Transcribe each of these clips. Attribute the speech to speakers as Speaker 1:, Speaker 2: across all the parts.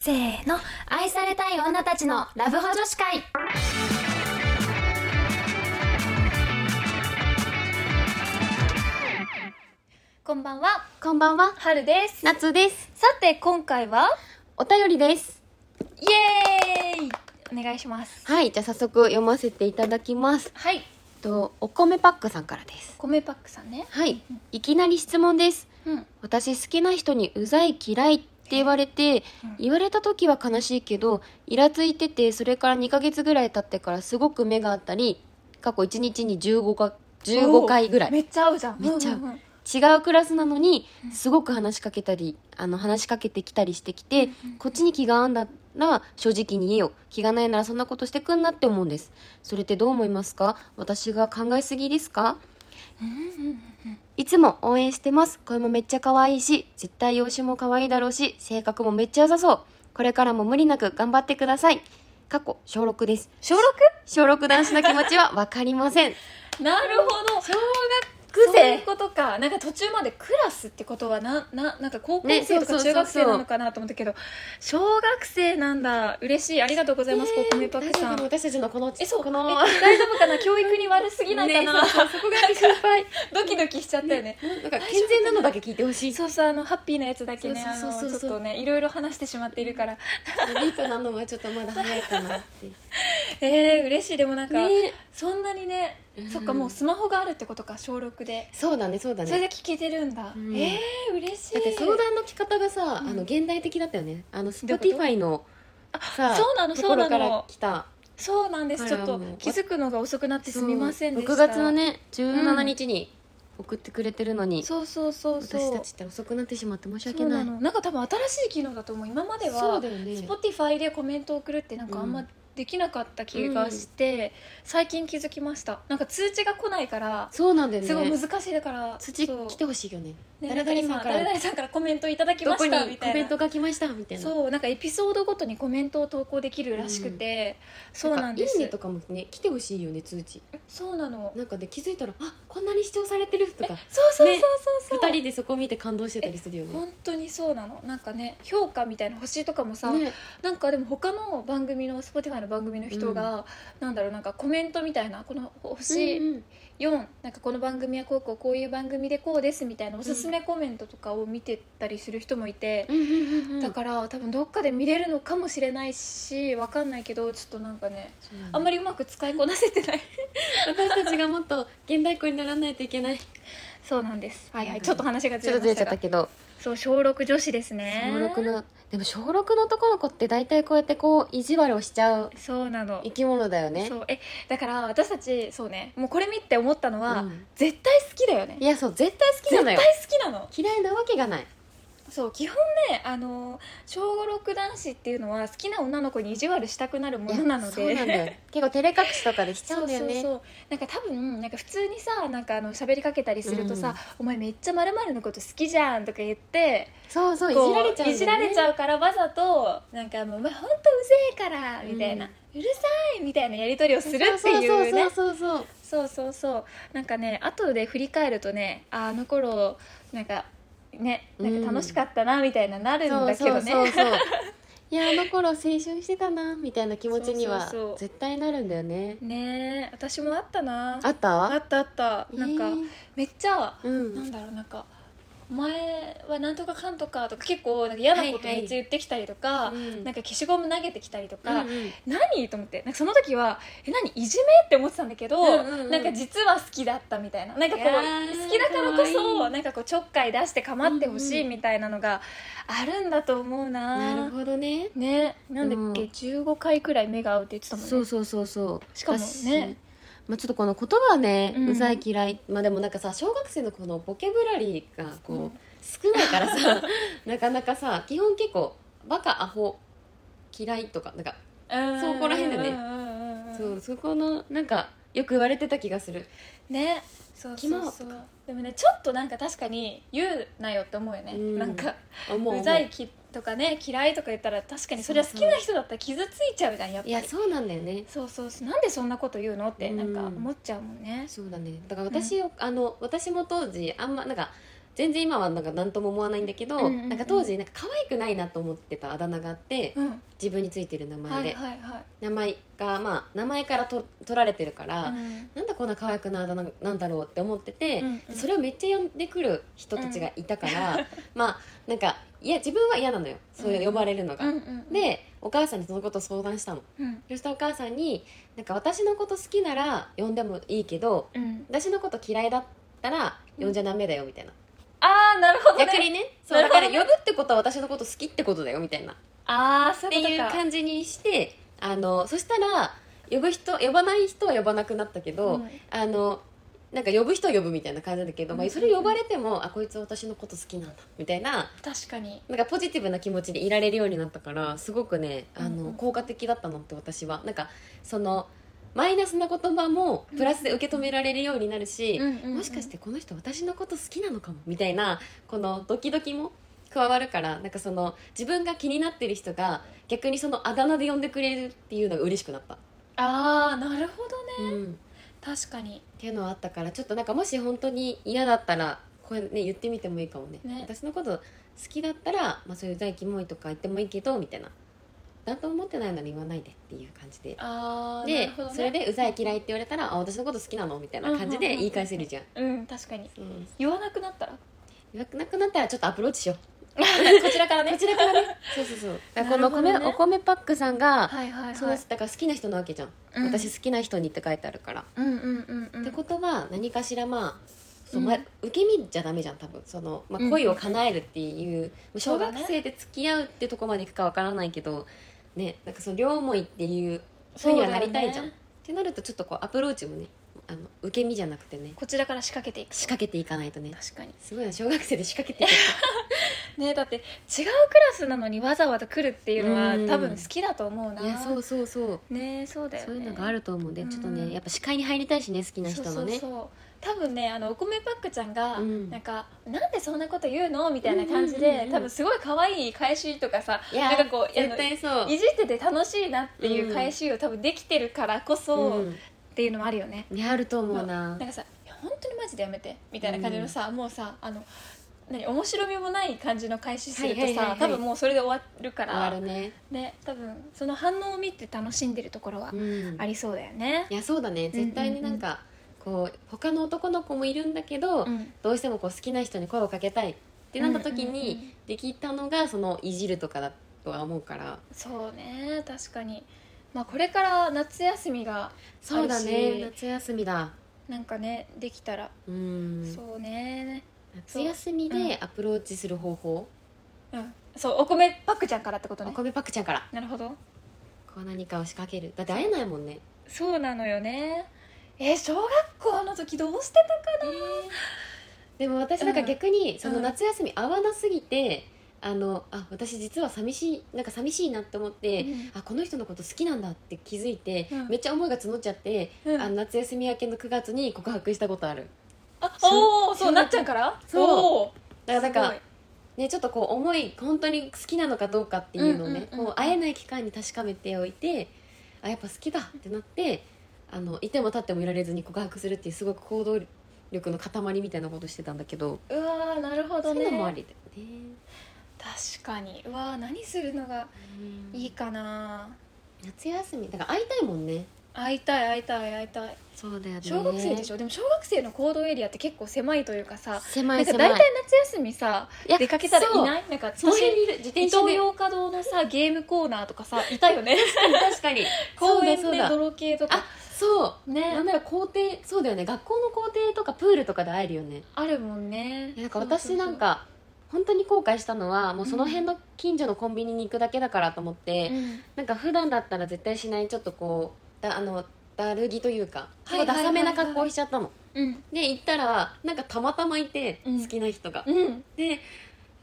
Speaker 1: せーの愛されたい女たちのラブホ女子会こんばんは
Speaker 2: こんばんは、
Speaker 1: はるです
Speaker 2: 夏です。
Speaker 1: さて今回は
Speaker 2: お便りです。
Speaker 1: イエーイお願いします
Speaker 2: はい、じゃあ早速読ませていただきます。
Speaker 1: はい
Speaker 2: と、お米パックさんからです。
Speaker 1: 米パックさんね
Speaker 2: はい、いきなり質問です。
Speaker 1: うん
Speaker 2: 私好きな人にうざい嫌いって言われて
Speaker 1: うん、
Speaker 2: 言われた時は悲しいけど、イラついてて、それから2ヶ月ぐらい経ってからすごく目があったり、過去1日に15か、15回ぐらい。
Speaker 1: めっちゃ合うじゃん
Speaker 2: めっちゃ合うん
Speaker 1: んん
Speaker 2: 違うクラスなのにすごく話しかけたりあの話しかけてきたりしてきて、こっちに気が合うんだら正直に言えよ気がないならそんなことしてくんなって思うんですそれってどう思いますか私が考えすぎですかいつも応援してます声もめっちゃ可愛いし絶対容姿も可愛いだろうし性格もめっちゃ良さそうこれからも無理なく頑張ってください過去小6です
Speaker 1: 小 6?
Speaker 2: 小6男子の気持ちは分かりません
Speaker 1: なるほど小
Speaker 2: 学生
Speaker 1: そういうことかなんか途中までクラスってことはなななんか高校生
Speaker 2: ね
Speaker 1: と
Speaker 2: そう
Speaker 1: か
Speaker 2: そう
Speaker 1: 中学
Speaker 2: そ
Speaker 1: 生
Speaker 2: うそう
Speaker 1: なのかなと思ったけど、小学生なんだ嬉しいありがとうございます、コメパックさ
Speaker 2: 大丈
Speaker 1: ん
Speaker 2: 夫私たちのこの
Speaker 1: えそう
Speaker 2: こ
Speaker 1: え
Speaker 2: の
Speaker 1: 大丈夫かな教育に悪すぎないかな、
Speaker 2: ね
Speaker 1: そこが心配 ドキドキしちゃったよね
Speaker 2: なんか健全なのだけ聞いてほしい。
Speaker 1: そうそうあのハッピーなやつだけねあ
Speaker 2: そうそうそう
Speaker 1: のち
Speaker 2: そう
Speaker 1: ょっとねいろいろ話してしまっているから
Speaker 2: ディープなのはちょっとまだ早いか なって。
Speaker 1: えー、嬉しいでもなんか、
Speaker 2: ね
Speaker 1: そんなにね、
Speaker 2: うん
Speaker 1: そっかもうスマホがあるってことか小6で
Speaker 2: そうだね、そうだ
Speaker 1: それ
Speaker 2: ね。
Speaker 1: で聞けてるんだ、
Speaker 2: うん
Speaker 1: えー、嬉しい
Speaker 2: だって相談の聞き方がさ、
Speaker 1: うん
Speaker 2: あの現代的だったよね。あのス
Speaker 1: どうい
Speaker 2: ポ
Speaker 1: うこと
Speaker 2: ティファイのさ、
Speaker 1: そうなの
Speaker 2: ところか
Speaker 1: そうな
Speaker 2: ら
Speaker 1: の
Speaker 2: 来た。
Speaker 1: そうなんです、
Speaker 2: あ
Speaker 1: ち
Speaker 2: ら
Speaker 1: ょっと
Speaker 2: もう
Speaker 1: 気づくのが遅くなってすみませんでした
Speaker 2: 6月のね、17日に送ってくれてるのに、
Speaker 1: そうそうそうそう
Speaker 2: 私たちって遅くなってしまって申し
Speaker 1: そう
Speaker 2: 訳ない。
Speaker 1: のなんか多分新しい機能だと思う今まで
Speaker 2: そう
Speaker 1: は
Speaker 2: だよね。
Speaker 1: Spotify でコメントを送るってなんかあん
Speaker 2: う
Speaker 1: ま
Speaker 2: ん
Speaker 1: できなかった気がして、最近気づきましたなんか通知が来ないから
Speaker 2: そうなんだよね。
Speaker 1: すごい難しいだから
Speaker 2: 土
Speaker 1: そう
Speaker 2: 来てほしいよね。
Speaker 1: ね
Speaker 2: 誰々さんから
Speaker 1: 誰々さんからコメントいただき
Speaker 2: ど
Speaker 1: ま
Speaker 2: こ
Speaker 1: し
Speaker 2: に
Speaker 1: たみ
Speaker 2: コ
Speaker 1: た
Speaker 2: メ
Speaker 1: い
Speaker 2: ント
Speaker 1: な
Speaker 2: が来ましたみたいな。
Speaker 1: そうなんかエピソードごとにコメントを投稿できるらしくて、そうなんです
Speaker 2: かいいねとかもね、来てほしいよね、通知。
Speaker 1: そうなの
Speaker 2: なんかで気づいたら、あ、こんなに視聴されてるとか。
Speaker 1: そうそうそう
Speaker 2: ね
Speaker 1: そうそう、
Speaker 2: 二人でそこ見て感動してたりするよね。
Speaker 1: 本当にそうなのなんかね評価みたいな星とかもさ、
Speaker 2: ね、
Speaker 1: なんかでも他の番組の Spotify の番組の人が、なんだろうなんかコメントみたいなこの星
Speaker 2: うんうん
Speaker 1: 4、なんかこの番組はこうこうこういう番組でこうですみたいなおすすめコメントとかを見てたりする人もいて、
Speaker 2: うんうんうんうん
Speaker 1: だから多分どっかで見れるのかもしれないしわかんないけどちょっとなんかねあんまりうまく使いこなせてない
Speaker 2: 私たちがもっと現代っ子にならないといけない。
Speaker 1: そうなんですはいはいちょっと話がず
Speaker 2: ちょ
Speaker 1: れ
Speaker 2: っと
Speaker 1: ま
Speaker 2: ずれ
Speaker 1: し
Speaker 2: ちゃ
Speaker 1: た
Speaker 2: っ
Speaker 1: が
Speaker 2: たけど、
Speaker 1: そう小6女子ですね
Speaker 2: 小六のでも小六の男の子って大体こうやってこう意地悪をしちゃう
Speaker 1: そうなの
Speaker 2: 生き物だよね。
Speaker 1: そうえだから私たちそうねもうこれ見て思ったのは、
Speaker 2: うん
Speaker 1: 絶対好きだよね
Speaker 2: いやそう絶対好きな
Speaker 1: 絶
Speaker 2: の
Speaker 1: 対
Speaker 2: よ
Speaker 1: 好。きなの
Speaker 2: 嫌いなわけがない。
Speaker 1: そう基本ねあの小6男子っていうのは好きな女の子に意地悪したくなるものなので
Speaker 2: いやそうなんだよ。結構照れ隠しとかでしちゃ
Speaker 1: そううん
Speaker 2: だよ
Speaker 1: そう
Speaker 2: ね。
Speaker 1: そうなんか多分なんか普通にさなんかあの喋りかけたりするとさ、お前めっちゃまるのこと好きじゃん」とか言って
Speaker 2: そうそう
Speaker 1: こ
Speaker 2: いじられちゃうんだよね。
Speaker 1: いじられちゃうからわざと「なんかもうお前ほんとうぜえから」みたいな
Speaker 2: うん
Speaker 1: 「うるさい」みたいなやり取りをするっていうね
Speaker 2: そうそうそうそうそう。
Speaker 1: そうそうそうなんかね後で振り返るとねああの頃なんかねなんか楽しかったなみたいななるんだけどね、
Speaker 2: そうそうそうそういやあの頃青春してたなみたいな気持ちに
Speaker 1: そ
Speaker 2: は
Speaker 1: うそうそう
Speaker 2: 絶対なるんだよね
Speaker 1: ねえ私もあったな
Speaker 2: あった
Speaker 1: あったあったなんか、
Speaker 2: えー
Speaker 1: めっちゃ、
Speaker 2: うん
Speaker 1: なんだろうなんか「お前はなんとかかんとか」とか結構なんか嫌なこと
Speaker 2: はい
Speaker 1: め
Speaker 2: は
Speaker 1: っ
Speaker 2: い
Speaker 1: ちゃ言ってきたりとか、
Speaker 2: うん
Speaker 1: なんか消しゴム投げてきたりとか、
Speaker 2: うんうん
Speaker 1: 何と思ってなんかその時は「え何いじめ?」って思ってたんだけど、
Speaker 2: うんうんうん
Speaker 1: なんか実は好きだったみたいななんかこう
Speaker 2: いやー
Speaker 1: 好きだからこそ
Speaker 2: かわいい
Speaker 1: なんかこうちょっかい出して構ってほしい
Speaker 2: うん
Speaker 1: みたいなのがあるんだと思うな
Speaker 2: なるほどね
Speaker 1: ねなんだっけ、
Speaker 2: うん
Speaker 1: 15回くらい目が合うって言ってたもんね
Speaker 2: そうそうそうそう
Speaker 1: しかもね
Speaker 2: だまあ、ちょっとこの言葉はね、
Speaker 1: う
Speaker 2: うんざい嫌いまあでもなんかさ小学生のこのボキャブラリーがこう、
Speaker 1: うん
Speaker 2: 少ないからさ なかなかさ基本結構バカアホ嫌いとかなんか、
Speaker 1: うん
Speaker 2: そうこら辺だね
Speaker 1: うんうんうんうん
Speaker 2: そうそこのなんかよく言われてた気がする、
Speaker 1: ねそう
Speaker 2: キ
Speaker 1: そ
Speaker 2: モ
Speaker 1: うそうでもねちょっとなんか確かに言うなよって思うよね、
Speaker 2: うん
Speaker 1: なんか
Speaker 2: 思
Speaker 1: う
Speaker 2: 思
Speaker 1: ざいきとかね嫌いとか言ったら確かにそれは好きな人だったら傷ついちゃうじゃんやっぱり
Speaker 2: いやそうなんだよね
Speaker 1: そうそうそうなんでそんなこと言うのって
Speaker 2: うん
Speaker 1: なんか思っちゃうもんね、
Speaker 2: そうだねだから私を、あの私も当時あんまなんか全然今はなんか何とも思わないんだけど、
Speaker 1: うんうんうん
Speaker 2: なんか当時なんか可愛くないなと思ってたあだ名があって
Speaker 1: うん
Speaker 2: 自分についてる名
Speaker 1: は
Speaker 2: 前
Speaker 1: い
Speaker 2: で、
Speaker 1: はいはい
Speaker 2: 名前がまあ名前からと取られてるから、
Speaker 1: うん
Speaker 2: なんだこんな可愛くないあだ名なんだろうって思ってて、
Speaker 1: うんうん
Speaker 2: それをめっちゃ呼んでくる人たちがいたから、 まあなんかいや自分は嫌なのよそういう呼ばれるのが。
Speaker 1: うんうんうん
Speaker 2: でお母さんにそのことを相談したの
Speaker 1: うん
Speaker 2: そしたらお母さんに「なんか私のこと好きなら呼んでもいいけど
Speaker 1: うん
Speaker 2: 私のこと嫌いだったら呼んじゃダメだよ」みたいな、
Speaker 1: ああなるほど
Speaker 2: 逆
Speaker 1: ね
Speaker 2: にねそう
Speaker 1: な
Speaker 2: だ
Speaker 1: るほ
Speaker 2: か
Speaker 1: ど
Speaker 2: ら
Speaker 1: ね
Speaker 2: 呼ぶってことは私のこと好きってことだよみたいなっ
Speaker 1: ああそう
Speaker 2: て
Speaker 1: いうこ
Speaker 2: いう
Speaker 1: とか
Speaker 2: 感じにしてあのそしたら呼ぶ人呼ばない人は呼ばなくなったけど、
Speaker 1: うん
Speaker 2: あのなんか呼ぶ人は呼ぶみたいな感じなんだけど、ま
Speaker 1: う
Speaker 2: あ、
Speaker 1: ん
Speaker 2: それ呼ばれても、あこいつ私のこと好きなんだみたいな
Speaker 1: 確かに
Speaker 2: なんかポジティブな気持ちでいられるようになったからすごくねあの、
Speaker 1: うんうん
Speaker 2: 効果的だったのって私はなんかそのマイナスな言葉もプラスで受け止められるようになるし、も
Speaker 1: も
Speaker 2: しかしてこの人私のこと好きなのかもみたいなこのドキドキも加わるからなんかその自分が気になってる人が逆にそのあだ名で呼んでくれるっていうのが嬉しくなった、
Speaker 1: ああなるほどね
Speaker 2: うん、っ
Speaker 1: 確かに
Speaker 2: ていうのはあったからちょっとなんかもし本当に嫌だったらこれね言ってみてもいいかもね
Speaker 1: ね
Speaker 2: 私のこと好きだったら、まあ、そういう「大キモい」とか言ってもいいけどみたいな何とも思ってないのに言わないでっていう感じで。
Speaker 1: ああな
Speaker 2: で
Speaker 1: るほどね
Speaker 2: それで「うざい嫌い」って言われたら「あ私のこと好きなの?」みたいな感じで言い返せるじゃん。
Speaker 1: うん確かに
Speaker 2: うん
Speaker 1: 言わなくなったら
Speaker 2: なくなくなったらちょっとアプローチしようこちらから ねこちらか らねそうそうそうだからこの米、
Speaker 1: なるほどね
Speaker 2: お米パックさんが、
Speaker 1: はいはいはい
Speaker 2: そうですだから好きな人なわけじゃん、
Speaker 1: うん
Speaker 2: 私好きな人にって書いてあるから、
Speaker 1: うんうんうんうん
Speaker 2: ってことは何かしらまあそうう、
Speaker 1: ん
Speaker 2: ま受け身じゃダメじゃん多分その、ま
Speaker 1: うん
Speaker 2: あ、恋を叶えるっていう、まあ
Speaker 1: そ
Speaker 2: 小
Speaker 1: うだね
Speaker 2: 学生で付き合うってとこまでいくかわからないけどねなんかその両思いっていうそうにはなりたいじ
Speaker 1: そうだ
Speaker 2: ゃん、
Speaker 1: よね
Speaker 2: ってなるとちょっとこうアプローチもねあの受け身じゃなくてね
Speaker 1: こちらから仕掛けていく
Speaker 2: 仕掛けていかないとね
Speaker 1: 確かに
Speaker 2: すごいな小学生で仕掛けていく
Speaker 1: ねだって違うクラスなのにわざわざ来るっていうのは
Speaker 2: うん
Speaker 1: 多分好きだと思うない
Speaker 2: やそうそうそう
Speaker 1: ねそうだよね
Speaker 2: そういうのがあると思うんで、
Speaker 1: うん
Speaker 2: ちょっとねやっぱ視界に入りたいしね好きな人のね
Speaker 1: そうそうそう多分ねあのお米パックちゃんが、
Speaker 2: うん
Speaker 1: なんかなんでそんなこと言うのみたいな感じで、
Speaker 2: うんうんうんうん
Speaker 1: 多分すごい可愛い返しとかさ
Speaker 2: いや
Speaker 1: なんかこう
Speaker 2: 絶対そ
Speaker 1: あ
Speaker 2: う
Speaker 1: のいじってて楽しいなっていう返しを多分できてるからこそ、っていうのもあるよね。
Speaker 2: うん、ねあると思うな、
Speaker 1: なんかさいや「本当にマジでやめて」みたいな感じのさ、もうさあの何面白みもない感じの開始するとさ、
Speaker 2: はいはいはいはい
Speaker 1: 多分もうそれで終わるから
Speaker 2: あるね、
Speaker 1: ね多分その反応を見て楽しんでるところは
Speaker 2: うん、
Speaker 1: ありそうだよね
Speaker 2: い。やそうだね絶対になんか、こう他の男の子もいるんだけど、
Speaker 1: うん
Speaker 2: どうしてもこう好きな人に声をかけたいってなった時に、
Speaker 1: うんうんうん
Speaker 2: できたのがそのいじるとかだとは思うから
Speaker 1: そうね確かに、まあ、これから夏休みが
Speaker 2: そうだ
Speaker 1: あるし
Speaker 2: ね夏休みだ
Speaker 1: なんかねできたら、
Speaker 2: うん
Speaker 1: そうね
Speaker 2: 夏休みでアプローチする方法、
Speaker 1: うんそうお米パックちゃんからってこと
Speaker 2: お
Speaker 1: ね
Speaker 2: 米パクちゃんから
Speaker 1: なるほど
Speaker 2: こう何かを仕掛けるだって会えないもんね
Speaker 1: そうなのよねえー小学校の時どうしてたかな、
Speaker 2: でも私なんか逆にその
Speaker 1: うん
Speaker 2: 夏休み合わなすぎて、あのあ私実は寂しいなんか寂しいなって思って、
Speaker 1: うん
Speaker 2: あこの人のこと好きなんだって気づいて、
Speaker 1: うん
Speaker 2: めっちゃ思いが募っちゃって、
Speaker 1: うん
Speaker 2: あの夏休み明けの9月に告白したことある
Speaker 1: あ
Speaker 2: そう
Speaker 1: おお
Speaker 2: 小
Speaker 1: そう
Speaker 2: 学
Speaker 1: なっちゃんから
Speaker 2: そうだからなんか、ね、ちょっとこう思い本当に好きなのかどうかっていうのをね、
Speaker 1: うんうんうん
Speaker 2: こう会えない期間に確かめておいてあやっぱ好きだってなってあのいても立ってもいられずに告白するっていうすごく行動力の塊みたいなことしてたんだけど
Speaker 1: うわーなるほ
Speaker 2: そ
Speaker 1: ど
Speaker 2: ういう
Speaker 1: ね
Speaker 2: のもありだよね。
Speaker 1: 確かにうわー何するのがいいかな
Speaker 2: 夏休みだから会いたいもんね
Speaker 1: 会いたい会いたい会いたい
Speaker 2: そうだよね
Speaker 1: 小学生でし
Speaker 2: ょ
Speaker 1: ょでも小学生の行動エリアって結構狭いというかさ
Speaker 2: 狭
Speaker 1: なん
Speaker 2: い
Speaker 1: か
Speaker 2: 狭い
Speaker 1: 大体夏休みさ
Speaker 2: いや
Speaker 1: 出かけたらいないなんか
Speaker 2: そうその
Speaker 1: 私
Speaker 2: 辺にいる自転
Speaker 1: 伊
Speaker 2: 車
Speaker 1: 東
Speaker 2: で
Speaker 1: 洋華堂のさゲームコーナーとかさいたよね
Speaker 2: 確かに
Speaker 1: 公園
Speaker 2: そう
Speaker 1: で
Speaker 2: だそうだ
Speaker 1: 泥系と
Speaker 2: あ
Speaker 1: か
Speaker 2: そう
Speaker 1: ね
Speaker 2: なんなら校庭そうだよね学校の校庭とかプールとかで会えるよね
Speaker 1: あるもんね
Speaker 2: いやなんか私なんか本当に後悔したのはもうその辺の近所のコンビニに行くだけだからと思って、
Speaker 1: うん
Speaker 2: なんか普段だったら絶対しないちょっとこうだあのだるぎというか
Speaker 1: はいはいはいはい
Speaker 2: ダサめな格好をしちゃったの
Speaker 1: うん
Speaker 2: で行ったらなんかたまたまいて、
Speaker 1: うん
Speaker 2: 好きな人が
Speaker 1: うん
Speaker 2: で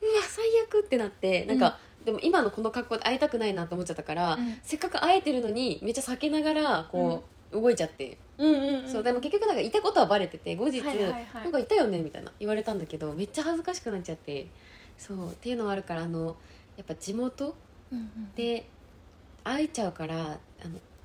Speaker 2: うわ最悪ってなってなんか、でも今のこの格好で会いたくないなと思っちゃったから、
Speaker 1: うん
Speaker 2: せっかく会えてるのにめっちゃ避けながらこう、動いちゃって、
Speaker 1: うんうん
Speaker 2: そうでも結局なんかいたことはバレてて後日、
Speaker 1: はいはいはい
Speaker 2: なんかいたよねみたいな言われたんだけどめっちゃ恥ずかしくなっちゃってそうっていうのはあるからあのやっぱ地元
Speaker 1: うんうん
Speaker 2: で会えちゃうからあの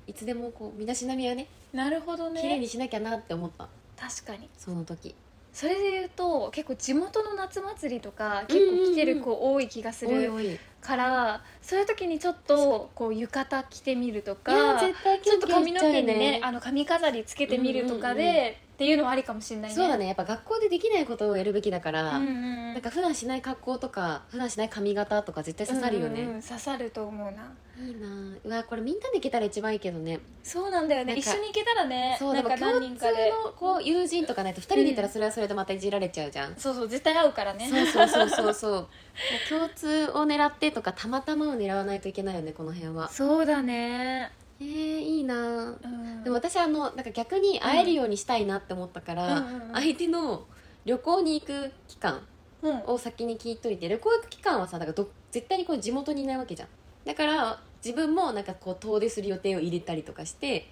Speaker 2: いつでもこう身だしなみはね
Speaker 1: なるほど
Speaker 2: 綺麗
Speaker 1: ね
Speaker 2: にしなきゃなって思った
Speaker 1: 確かに
Speaker 2: その時
Speaker 1: それで言うと結構地元の夏祭りとか結構来てる子多い気がす
Speaker 2: おい
Speaker 1: る
Speaker 2: おいい
Speaker 1: から、そういう時にちょっとこう浴衣着てみると
Speaker 2: や
Speaker 1: か
Speaker 2: 絶対
Speaker 1: ちょっと髪の毛にね
Speaker 2: ね
Speaker 1: あの髪飾りつけてみるとかで、
Speaker 2: うんうんう
Speaker 1: っていうのはありかもしれないね。
Speaker 2: そうだねやっぱ学校でできないことをやるべきだから、
Speaker 1: うんうんうん
Speaker 2: なんか普段しない格好とか普段しない髪型とか絶対刺さるよね、
Speaker 1: うんうんうん刺さると思うない
Speaker 2: いなぁうわこれみんなで行けたら一番いいけどね
Speaker 1: そうなんだよ
Speaker 2: な
Speaker 1: ね
Speaker 2: んか
Speaker 1: 一緒に行けたらね
Speaker 2: そう
Speaker 1: な
Speaker 2: で
Speaker 1: ん
Speaker 2: も
Speaker 1: か
Speaker 2: 共
Speaker 1: 何
Speaker 2: 通
Speaker 1: 人
Speaker 2: の
Speaker 1: かで
Speaker 2: こう友人とかないと二人でいたらそれはそれでまたいじられちゃうじゃん、
Speaker 1: そうそう絶対会うからね
Speaker 2: そうそうそうそうそう もう共通を狙ってとかたまたまを狙わないといけないよねこの辺は
Speaker 1: そうだね、
Speaker 2: えー、いいなぁ
Speaker 1: うん、
Speaker 2: でも私あのなんか逆に会えるようにしたいなって思ったから、
Speaker 1: うんうんうんうん
Speaker 2: 相手の旅行に行く期間
Speaker 1: うん
Speaker 2: を先に聞いといて旅行行く期間はさだからど絶対にこう地元にいないわけじゃんだから自分もなんかこう遠出する予定を入れたりとかして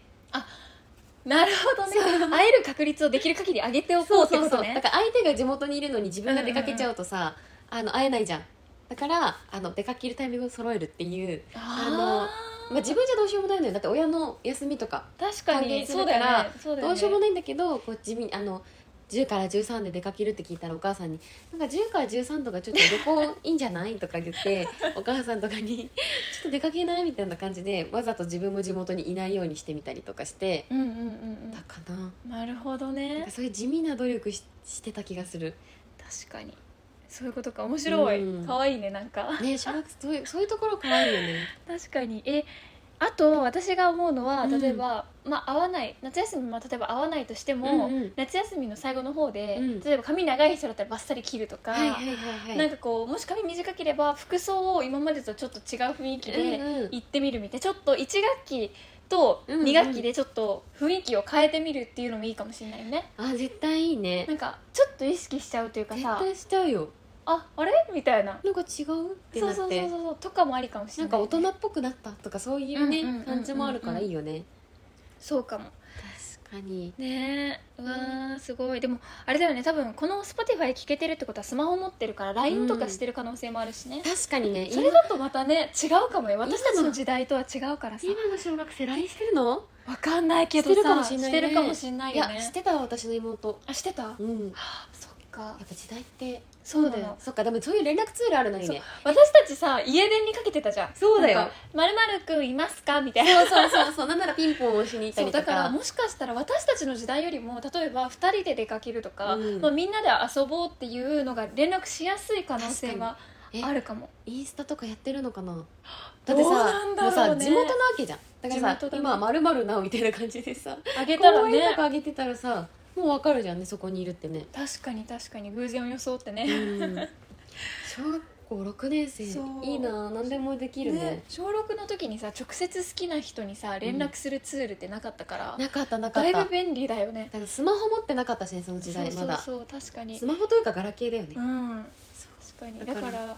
Speaker 1: なるほどね会える確率をできる限り上げておこうってこと
Speaker 2: だ
Speaker 1: ね
Speaker 2: から相手が地元にいるのに自分が出かけちゃうとさ、あの会えないじゃんだからあの出かけるタイミングを揃えるっていう、
Speaker 1: あー
Speaker 2: まあ、自分じゃどうしようもないのよだって親の休みとか
Speaker 1: 確か
Speaker 2: 還元
Speaker 1: に
Speaker 2: する
Speaker 1: そう
Speaker 2: か
Speaker 1: だよ
Speaker 2: ら
Speaker 1: ねそうだよ
Speaker 2: ど
Speaker 1: ね
Speaker 2: うしようもないんだけどこう地味にあの10から13で出かけるって聞いたらお母さんに「なんか10から13とかちょっと旅行いいんじゃない?」とか言 ってお母さんとかに「ちょっと出かけない?」みたいな感じでわざと自分も地元にいないようにしてみたりとかして
Speaker 1: うんうん
Speaker 2: だかな
Speaker 1: うんうんなるほど
Speaker 2: なん
Speaker 1: ね
Speaker 2: かそういう地味な努力ししてた気 がする
Speaker 1: 確かにそういうことか面白
Speaker 2: う
Speaker 1: い
Speaker 2: ん
Speaker 1: 可愛いねなんか
Speaker 2: ね小学生そういうそういうところ可愛いよね
Speaker 1: 確かにえあと私が思うのは
Speaker 2: うん
Speaker 1: 例えば、まあ、会わない夏休みも例えば会わないとしても、
Speaker 2: うんうん
Speaker 1: 夏休みの最後の方で、
Speaker 2: うん
Speaker 1: 例えば髪長い人だったらバッサリ切るとか、
Speaker 2: はいはいはいはい
Speaker 1: なんかこうもし髪短ければ服装を今までとちょっと違う雰囲気で
Speaker 2: うんうん
Speaker 1: 行ってみるみたいなちょっと1学期と
Speaker 2: うんうん
Speaker 1: 2学期でちょっと雰囲気を変えてみるっていうのもいいかもしれないね
Speaker 2: あ絶対いいね
Speaker 1: なんかちょっと意識しちゃうというか
Speaker 2: 絶
Speaker 1: さ
Speaker 2: 対しちゃうよ
Speaker 1: ああれみたいな
Speaker 2: なんか違うって
Speaker 1: そうそ
Speaker 2: なって
Speaker 1: うそうそうとかもありかもし
Speaker 2: な
Speaker 1: れな
Speaker 2: んか
Speaker 1: いね、
Speaker 2: 大人っぽくなったとかそういうね、
Speaker 1: うんうんうんうんうん
Speaker 2: 感じもあるからいいよね
Speaker 1: そうかも
Speaker 2: 確かに
Speaker 1: ねえうわーすごいでもあれだよね多分この Spotify 聴けてるってことはスマホ持ってるから LINE とかしてる可能性もあるしね、
Speaker 2: 確かにね
Speaker 1: それだとまたね違うかもよ私たちの時代とは違うからさ
Speaker 2: 今今の小学生 LINE してるの
Speaker 1: わかんないけどさ
Speaker 2: してるかもしんないね
Speaker 1: してるかもしんない
Speaker 2: い
Speaker 1: よ
Speaker 2: や
Speaker 1: ね
Speaker 2: してたわ私の妹
Speaker 1: あしてた、は
Speaker 2: うんや
Speaker 1: あそっか
Speaker 2: っぱ時代って
Speaker 1: そうだよ
Speaker 2: そっかでもそういう連絡ツールあるのいいね
Speaker 1: 私たちさ家電にかけてたじゃん
Speaker 2: そうだよ
Speaker 1: まるまるくんいますかみたいな
Speaker 2: そうそうそうそうなんならピンポン押しに行った
Speaker 1: そ
Speaker 2: り
Speaker 1: う
Speaker 2: と
Speaker 1: だから
Speaker 2: か
Speaker 1: もしかしたら私たちの時代よりも例えば2人で出かけるとか、
Speaker 2: うん
Speaker 1: まあ、みんなで遊ぼうっていうのが連絡しやすい可能性は
Speaker 2: え
Speaker 1: あるかも
Speaker 2: インスタとかやってるのかな
Speaker 1: ど
Speaker 2: だって
Speaker 1: う
Speaker 2: さ
Speaker 1: なんだ
Speaker 2: も
Speaker 1: ろう
Speaker 2: う
Speaker 1: ね
Speaker 2: さ地元なわけじゃんだから
Speaker 1: 地
Speaker 2: さ
Speaker 1: 元だね
Speaker 2: 今まるまるなおみたいな感じでさ
Speaker 1: あげた
Speaker 2: 可
Speaker 1: ら
Speaker 2: 愛いと
Speaker 1: ね
Speaker 2: かあげてたらさもうわかるじゃんねそこにいるってね
Speaker 1: 確かに確かに偶然を装って
Speaker 2: う
Speaker 1: ね,、
Speaker 2: ん小学校6年生
Speaker 1: そう
Speaker 2: いいな何でもできるね
Speaker 1: ね小6の時にさ直接好きな人にさ連絡するツールってなかったから、
Speaker 2: なかったなか
Speaker 1: だ
Speaker 2: った
Speaker 1: い
Speaker 2: だ
Speaker 1: ぶ
Speaker 2: か
Speaker 1: 便利だよね
Speaker 2: らスマホ持ってなかったしねその時代
Speaker 1: そう
Speaker 2: まだ
Speaker 1: そうそう確かに
Speaker 2: スマホというかガラケーだよね、
Speaker 1: うん
Speaker 2: そ
Speaker 1: 確かに
Speaker 2: だ
Speaker 1: だ
Speaker 2: か
Speaker 1: からら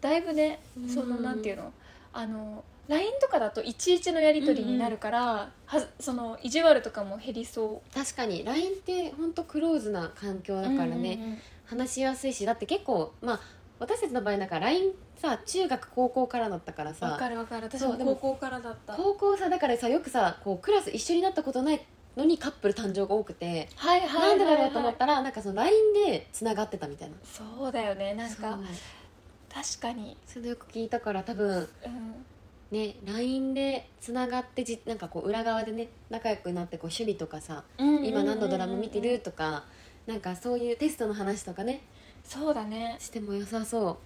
Speaker 1: だいぶね
Speaker 2: うん
Speaker 1: そのなんていうのあの LINE とかだといちいちのやり取りになるから、はその意地悪とかも減りそう
Speaker 2: 確かに LINE って本当クローズな環境だか
Speaker 1: う
Speaker 2: らね、
Speaker 1: んうんうん
Speaker 2: 話しやすいしだって結構まあ私たちの場合なんか LINE さ中学高校からだったから
Speaker 1: わ、か
Speaker 2: さ
Speaker 1: るわかる私
Speaker 2: そう
Speaker 1: も
Speaker 2: でも
Speaker 1: 高校からだった
Speaker 2: 高校さだからさよくさこうクラス一緒になったことないのにカップル誕生が多くて、
Speaker 1: はいはいはい、はい、
Speaker 2: なんでだろうと思ったらなんかその LINE でつながってたみたいな
Speaker 1: そうだよねなん
Speaker 2: そう
Speaker 1: か確かに、
Speaker 2: それよく聞いたから多分
Speaker 1: うん、
Speaker 2: ね LINE でつながってじなんかこう裏側でね仲良くなってこう趣味とかさ今何のドラマ見て
Speaker 1: うんうんう
Speaker 2: る
Speaker 1: ん
Speaker 2: とかなんかそういうテストの話とかね
Speaker 1: そうだね
Speaker 2: しても良さそ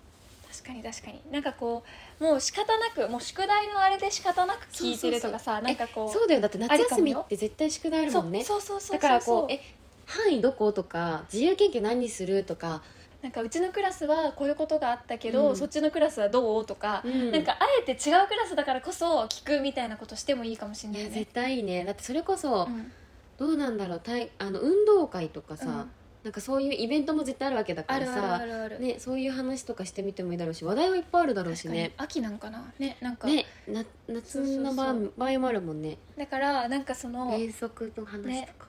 Speaker 1: 確かに確かになんかこうもう仕方なくもう宿題のあれで仕方なく聞いてるとかさ
Speaker 2: う
Speaker 1: なんかこ
Speaker 2: え
Speaker 1: う
Speaker 2: そうだよだって夏
Speaker 1: ありか
Speaker 2: 休
Speaker 1: も
Speaker 2: み
Speaker 1: よ
Speaker 2: って絶対宿題あるもんね
Speaker 1: そうそうそうそうそう
Speaker 2: だからこうえ範囲どことか自由研究何するとか、
Speaker 1: なんかうちのクラスはこういうことがあったけど、
Speaker 2: うん
Speaker 1: そっちのクラスはどうとか、
Speaker 2: な
Speaker 1: なんん
Speaker 2: か
Speaker 1: かあえて違うクラスだからこそ聞くみたいなことしてもいいかもしれ
Speaker 2: い
Speaker 1: ない
Speaker 2: や
Speaker 1: ね
Speaker 2: 絶対いいねだってそれこそ、
Speaker 1: うん
Speaker 2: どうなんだろう体あの運動会とかさ、
Speaker 1: うん
Speaker 2: なんかそういうイベントも絶対あるわけだか
Speaker 1: ある
Speaker 2: らさ
Speaker 1: あるあるある、
Speaker 2: ね、そういう話とかしてみてもいいだろうし話題はいっぱいあるだろうし
Speaker 1: 確か
Speaker 2: ね
Speaker 1: に秋なんかなねなんか、
Speaker 2: ねな夏の場
Speaker 1: そうそう
Speaker 2: 場合もあるもんね
Speaker 1: だからなんかその、違う
Speaker 2: 遠足の話とか、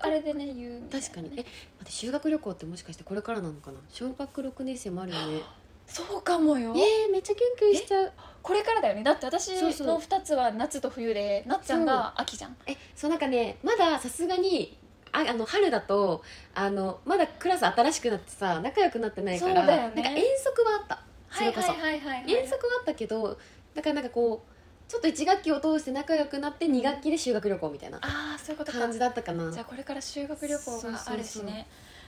Speaker 1: あれでね言うみたいなね
Speaker 2: 確かにえ待って修学旅行ってもしかしてこれからなのかな小学6年生もあるよ ね
Speaker 1: そうかもよ、
Speaker 2: えー、めっちゃキュンキュンしちゃう
Speaker 1: これからだよねだって私
Speaker 2: そうそう
Speaker 1: の2つは夏と冬でなっちゃんが秋じゃん
Speaker 2: えそうなんかねまださすがにああの春だとあのまだクラス新しくなってさ仲良くなってないから
Speaker 1: そうだよね
Speaker 2: なんか遠足はあったそ
Speaker 1: は
Speaker 2: れ
Speaker 1: い
Speaker 2: こ
Speaker 1: は
Speaker 2: そ、
Speaker 1: いはいはい
Speaker 2: 遠足はあったけどだからなんかこうちょっと1学期を通して仲良くなって2学期で修学旅行みたいな
Speaker 1: ああそういうことか
Speaker 2: 感じだったかな
Speaker 1: じゃあこれから修学旅行があるしね
Speaker 2: そうそうそう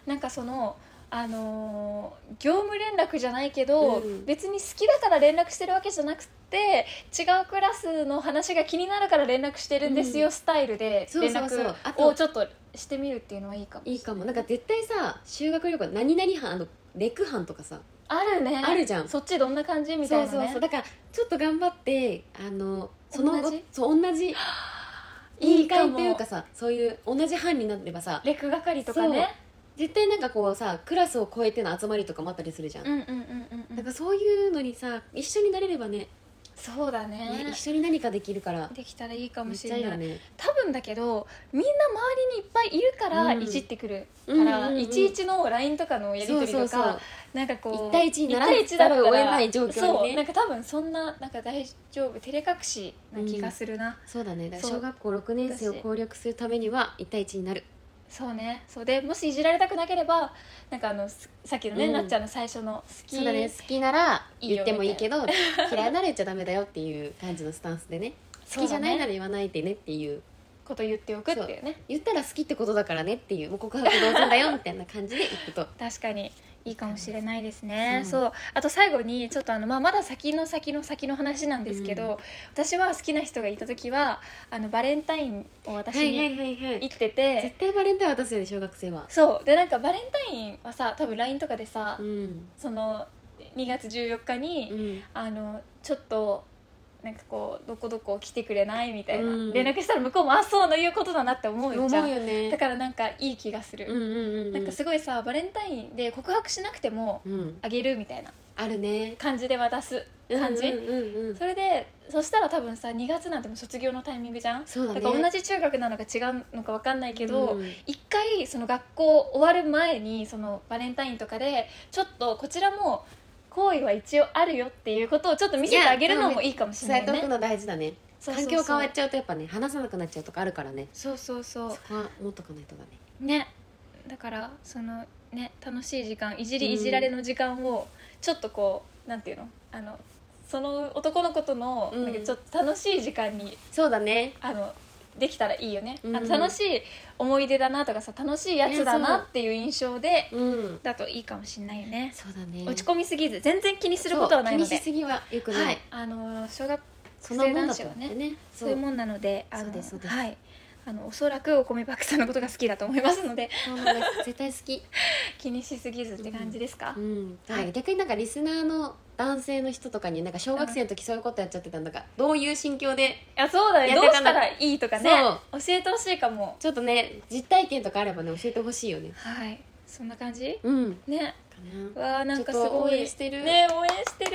Speaker 1: なんかそのあのー業務連絡じゃないけど、
Speaker 2: うん
Speaker 1: 別に好きだから連絡してるわけじゃなくて違うクラスの話が気になるから連絡してるんですよ、
Speaker 2: うん
Speaker 1: スタイルで
Speaker 2: そう
Speaker 1: 連
Speaker 2: そうそう
Speaker 1: 絡
Speaker 2: あと
Speaker 1: をちょっとしてみるっていうのはいいかも
Speaker 2: いいかもなんか絶対さ修学旅行何々班あのレク班とかさ
Speaker 1: あるね
Speaker 2: あるじゃん
Speaker 1: そっちどんな感じみたいなね
Speaker 2: そうそうそうだからちょっと頑張ってあのその
Speaker 1: 同
Speaker 2: 後
Speaker 1: じ
Speaker 2: そう同じ言
Speaker 1: いい
Speaker 2: い
Speaker 1: か
Speaker 2: 換え
Speaker 1: も
Speaker 2: っていうかさそういう同じ班になればさ
Speaker 1: レク係とかね
Speaker 2: 絶対なんかこうさクラスを超えての集まりとかもあったりするじゃん、
Speaker 1: うんうんうんうんう
Speaker 2: だか
Speaker 1: ん
Speaker 2: らそういうのにさ一緒になれればね
Speaker 1: そうだね
Speaker 2: ね一緒に何かできるから
Speaker 1: できたらいいか
Speaker 2: め
Speaker 1: も
Speaker 2: っ
Speaker 1: し
Speaker 2: ちゃ
Speaker 1: れ
Speaker 2: いい
Speaker 1: ない
Speaker 2: よね
Speaker 1: 多分だけどみんな周りにいっぱいいるから
Speaker 2: うん
Speaker 1: いじってくるから、
Speaker 2: うんうんうん
Speaker 1: いちいちの LINE とかのやり取りとか
Speaker 2: そうそうそう
Speaker 1: なんかこう
Speaker 2: 一対一になら
Speaker 1: 一対一だったら
Speaker 2: ざるを得ない状況にね
Speaker 1: そうなんか多分そんななんか大丈夫照れ隠しな気がするな、
Speaker 2: そうだねだから
Speaker 1: そう
Speaker 2: 小学校6年生を
Speaker 1: 私
Speaker 2: 攻略するためには1対1になる
Speaker 1: そうねそうでもしいじられたくなければなんかあのすさっきのね、
Speaker 2: うん
Speaker 1: なっちゃんの最初の好き
Speaker 2: そうだね好きなら
Speaker 1: いい
Speaker 2: 言
Speaker 1: よ
Speaker 2: ってもいいけど嫌いになれちゃダメだよっていう感じのスタンスでね好
Speaker 1: そう
Speaker 2: きじ
Speaker 1: だ
Speaker 2: ゃないな
Speaker 1: ね
Speaker 2: ら言わないでねっていう
Speaker 1: こと言っておくっていうね
Speaker 2: 言ったら好きってことだからねっていうもう告白同然だよみたいな感じで言くと
Speaker 1: 確かにいいかもしれないですね、
Speaker 2: うん
Speaker 1: そうあと最後にちょっとあの、まあ、まだ先の先の先の話なんですけど、
Speaker 2: うん
Speaker 1: 私は好きな人がいた時はあのバレンタインを私に
Speaker 2: はいは
Speaker 1: 行ってて、
Speaker 2: 絶対バレンタイン渡すよね小学生は
Speaker 1: そうでなんかバレンタインはさ多分 LINE とかでさ、
Speaker 2: うん
Speaker 1: その2月14日に、
Speaker 2: うん
Speaker 1: あのちょっと。なんかこうどこどこ来てくれないみたいな、
Speaker 2: うん
Speaker 1: 連絡したら向こうもあそうの言うことだなって思う
Speaker 2: 思
Speaker 1: よ
Speaker 2: う
Speaker 1: じゃん、
Speaker 2: よね
Speaker 1: だからなんかいい気がする、
Speaker 2: うんうんうん
Speaker 1: なんかすごいさバレンタインで告白しなくても
Speaker 2: うん
Speaker 1: あげるみたいな
Speaker 2: あるね
Speaker 1: 感じで渡す感じ、
Speaker 2: うんうんうん
Speaker 1: それでそしたら多分さ2月なんてもう卒業のタイミングじゃん
Speaker 2: そうだね
Speaker 1: から同じ中学なのか違うのか分かんないけど、
Speaker 2: うん
Speaker 1: 一回その学校終わる前にそのバレンタインとかでちょっとこちらも行為は一応あるよっていうことをちょっと見せてあげるのもいいかもしれ
Speaker 2: 伝え
Speaker 1: な
Speaker 2: て
Speaker 1: い
Speaker 2: お
Speaker 1: ね
Speaker 2: くの大事だね
Speaker 1: そうそう
Speaker 2: 環
Speaker 1: そう
Speaker 2: 境変わっちゃうとやっぱね話さなくなっちゃうとかあるからね
Speaker 1: そうそうそう
Speaker 2: そこは持っとかないとだね
Speaker 1: ねだからそのね楽しい時間いじりいじられの時間をちょっとこうなんていうのあのその男の子との
Speaker 2: うん
Speaker 1: なんかちょっと楽しい時間に
Speaker 2: そうだね
Speaker 1: あのできたらいいよね、
Speaker 2: うん
Speaker 1: あの楽しい思い出だなとかさ楽しいやつだ
Speaker 2: いや
Speaker 1: な
Speaker 2: そう
Speaker 1: っていう印象で
Speaker 2: うん
Speaker 1: だといいかもしれないよね、
Speaker 2: そうだね
Speaker 1: 落ち込みすぎず全然気にすることはないの
Speaker 2: そう気に
Speaker 1: で
Speaker 2: し、すぎはよく
Speaker 1: は
Speaker 2: ない
Speaker 1: い、あの小学
Speaker 2: そんな
Speaker 1: 生
Speaker 2: もん
Speaker 1: 男子
Speaker 2: だと
Speaker 1: は
Speaker 2: 思って
Speaker 1: ね
Speaker 2: ね
Speaker 1: そういうもんなのであの
Speaker 2: そうですそうです
Speaker 1: はいあのおそらくお米バックさんのことが好きだと思いますので
Speaker 2: そうなんです絶対好き
Speaker 1: 気にしすぎずって感じですか、
Speaker 2: うん、だから逆になんかリスナーの男性の人とかになんか小学生の時そういうことやっちゃってたんだからどういう心境で
Speaker 1: あそうだね
Speaker 2: や
Speaker 1: ど
Speaker 2: っ
Speaker 1: う
Speaker 2: てた
Speaker 1: し
Speaker 2: な
Speaker 1: たらいいとかね教えてほしいかも
Speaker 2: ちょっとね実体験とかあればね教えてほしいよね
Speaker 1: はいそんな感じ
Speaker 2: うん
Speaker 1: ね
Speaker 2: かな
Speaker 1: わあなんかすごい
Speaker 2: ちょっと応援してる
Speaker 1: ね応援してる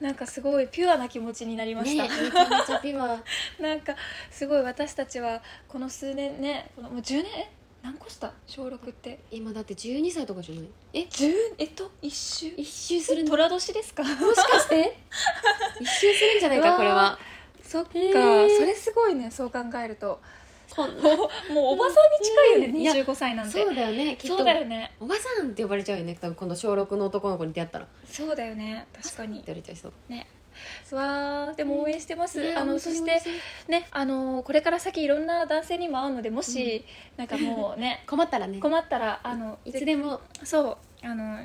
Speaker 1: なんかすごいピュアな気持ちになりまし
Speaker 2: ね
Speaker 1: た、
Speaker 2: めちゃめちゃピュア
Speaker 1: なんかすごい私たちはこの数年ねこのもう10年え何個した小6って
Speaker 2: 今だって12歳とかじゃないえ
Speaker 1: 10えっと一周
Speaker 2: 一周するんだ
Speaker 1: 虎年ですか
Speaker 2: もしかして 一周するんじゃないかこれ
Speaker 1: うわ
Speaker 2: は
Speaker 1: そっかそ
Speaker 2: へー
Speaker 1: れすごいねそう考えると
Speaker 2: こん
Speaker 1: もうもうおばさんに近いよ
Speaker 2: うんい
Speaker 1: ね
Speaker 2: や
Speaker 1: 25歳なんて
Speaker 2: そうだよねきっ
Speaker 1: そ
Speaker 2: と
Speaker 1: うだよね
Speaker 2: おばさんって呼ばれちゃうよね多分今度小6の男の子に出会ったらって
Speaker 1: そうだよね確かに
Speaker 2: 言われちゃいそう
Speaker 1: ねわーでも応援してます、
Speaker 2: ね
Speaker 1: あの
Speaker 2: 本
Speaker 1: そ
Speaker 2: 当に
Speaker 1: し
Speaker 2: 応
Speaker 1: て
Speaker 2: 援る
Speaker 1: ねあのこれから先いろんな男性にも会うのでもし、なんかもうね
Speaker 2: 困ったらね
Speaker 1: 困ったらあの
Speaker 2: いつでも、
Speaker 1: そうあの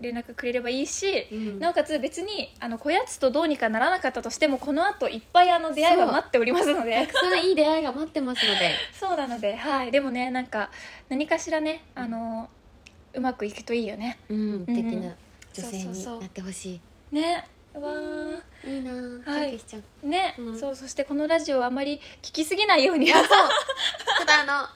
Speaker 1: 連絡くれればいいし、
Speaker 2: うん
Speaker 1: なおかつ別にあのこやつとどうにかならなかったとしてもこのあといっぱいあの出会いが
Speaker 2: そう
Speaker 1: 待っておりますので
Speaker 2: たくさんいい出会いが待ってますので
Speaker 1: そうなので、はい、でもねなんか何かしらねあのうまくいくといいよね
Speaker 2: うん、的
Speaker 1: うん
Speaker 2: な女性
Speaker 1: そう
Speaker 2: に
Speaker 1: そうそう
Speaker 2: なってほしい。
Speaker 1: ねうわー
Speaker 2: いいなぁ、
Speaker 1: はい
Speaker 2: 尊敬しちゃう。
Speaker 1: ね、
Speaker 2: うん
Speaker 1: そうそしてこのラジオはあまり聞きすぎないように
Speaker 2: ただあの、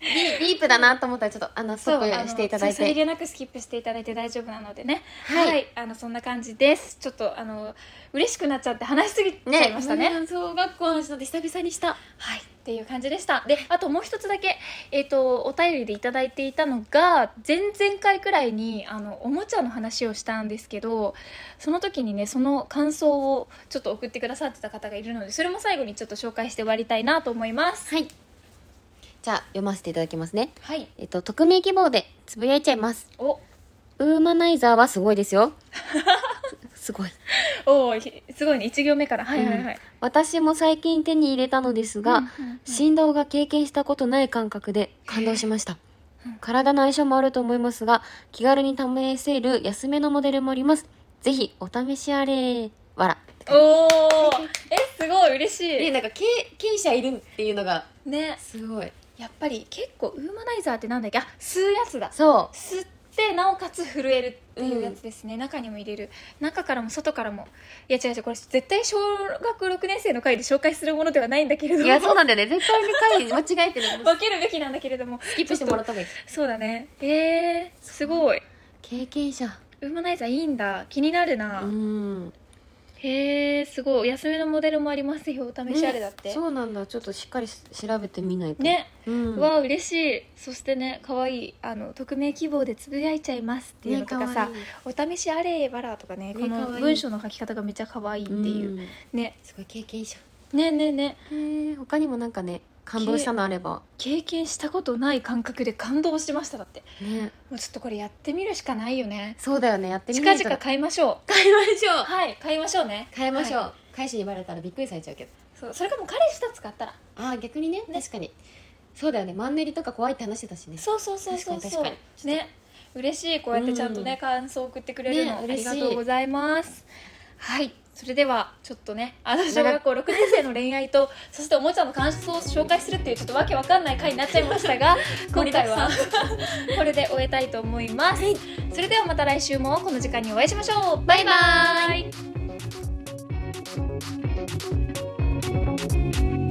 Speaker 2: ディディープだなと思ったら、ちょっとあの、ストップしていただい
Speaker 1: そうさり
Speaker 2: て。
Speaker 1: げなくスキップしていただいて大丈夫なのでねは、
Speaker 2: はいい
Speaker 1: あのそんな感じですちょっとあの嬉しくなっちゃって話しすぎちゃいましたね
Speaker 2: うん小学校の話なんて久々にした。
Speaker 1: はいっていう感じでしたであともう一つだけ、えー、とお便りでいただいていたのが前々回くらいにあのおもちゃの話をしたんですけどその時にねその感想をちょっと送ってくださってた方がいるのでそれも最後にちょっと紹介して終わりたいなと思います
Speaker 2: はい。じゃあ読ませていただきますね。
Speaker 1: はい
Speaker 2: えっと、匿名希望でつぶやいちゃいます。
Speaker 1: お
Speaker 2: ウーマナイザーはすごいです よ。すごい。
Speaker 1: おーひすごいね1行目からはいはいはい、
Speaker 2: 私も最近手に入れたのですが、振動が経験したことない感覚で感動しました
Speaker 1: うん
Speaker 2: 体の相性もあると思いますが気軽に試せる安めのモデルもありますぜひお試しあれわら
Speaker 1: おおえすごい嬉しい
Speaker 2: なんか経験者いるっていうのが
Speaker 1: ね
Speaker 2: すごい
Speaker 1: やっぱり結構ウーマナイザーってなんだっけあ吸うやつだ
Speaker 2: そ
Speaker 1: 吸ってなおかつ震えるっていうやつですね、中にも入れる中からも外からもいや違う違うこれ絶対小学6年生の回で紹介するものではないんだけれ
Speaker 2: う
Speaker 1: ど
Speaker 2: い
Speaker 1: も
Speaker 2: やそうなんだよね絶対に彼間違えてるの
Speaker 1: 分けるべきなんだけれども
Speaker 2: スキップしてもらった方がいい
Speaker 1: そうだねえー、すごい
Speaker 2: 経験者
Speaker 1: ウーマナイザーいいんだ気になるな、
Speaker 2: うん
Speaker 1: へえすごいお安めのモデルもありますよお試しあれだって、
Speaker 2: ねそうなんだちょっとしっかりし調べてみないと
Speaker 1: ね
Speaker 2: うん
Speaker 1: わあ嬉しいそしてね可愛いあの匿名希望でつぶやいちゃいますっていうのとかさ、
Speaker 2: ね
Speaker 1: お試しあればらとかねこの
Speaker 2: 可愛い
Speaker 1: 文章の書き方がめっちゃ可愛いっていう、
Speaker 2: ん
Speaker 1: ね
Speaker 2: すごい経験者
Speaker 1: ねねね
Speaker 2: へえ他にもなんかね感動したのあれば
Speaker 1: 経験したことない感覚で感動しましただって
Speaker 2: ね
Speaker 1: もうちょっとこれやってみるしかないよね
Speaker 2: そうだよねやってみな
Speaker 1: 近
Speaker 2: いと
Speaker 1: 々買いましょ
Speaker 2: 買いまし
Speaker 1: う
Speaker 2: ょ
Speaker 1: はい買いましょうね
Speaker 2: 買いましょう、
Speaker 1: は
Speaker 2: 彼氏にバレたらびっくりされちゃうけど
Speaker 1: いそうそれかもう彼氏と使ったら
Speaker 2: ああ逆にね確かにそうだよねマンネリとか怖いって話してたしね
Speaker 1: そうそうそうそう
Speaker 2: 確
Speaker 1: そう
Speaker 2: かに確かにちょっと
Speaker 1: ね嬉しいこうやってちゃんとね、
Speaker 2: うん
Speaker 1: 感想を送ってくれるの、
Speaker 2: ね
Speaker 1: あり
Speaker 2: 嬉しい
Speaker 1: がとうございますはいそれではちょっとねあの小学校6年生の恋愛とそしておもちゃの感想を紹介するっていうちょっとわけわかんない回になっちゃいました が今回はこれで終えたいと思います、それではまた来週もこの時間にお会いしましょうバイバイ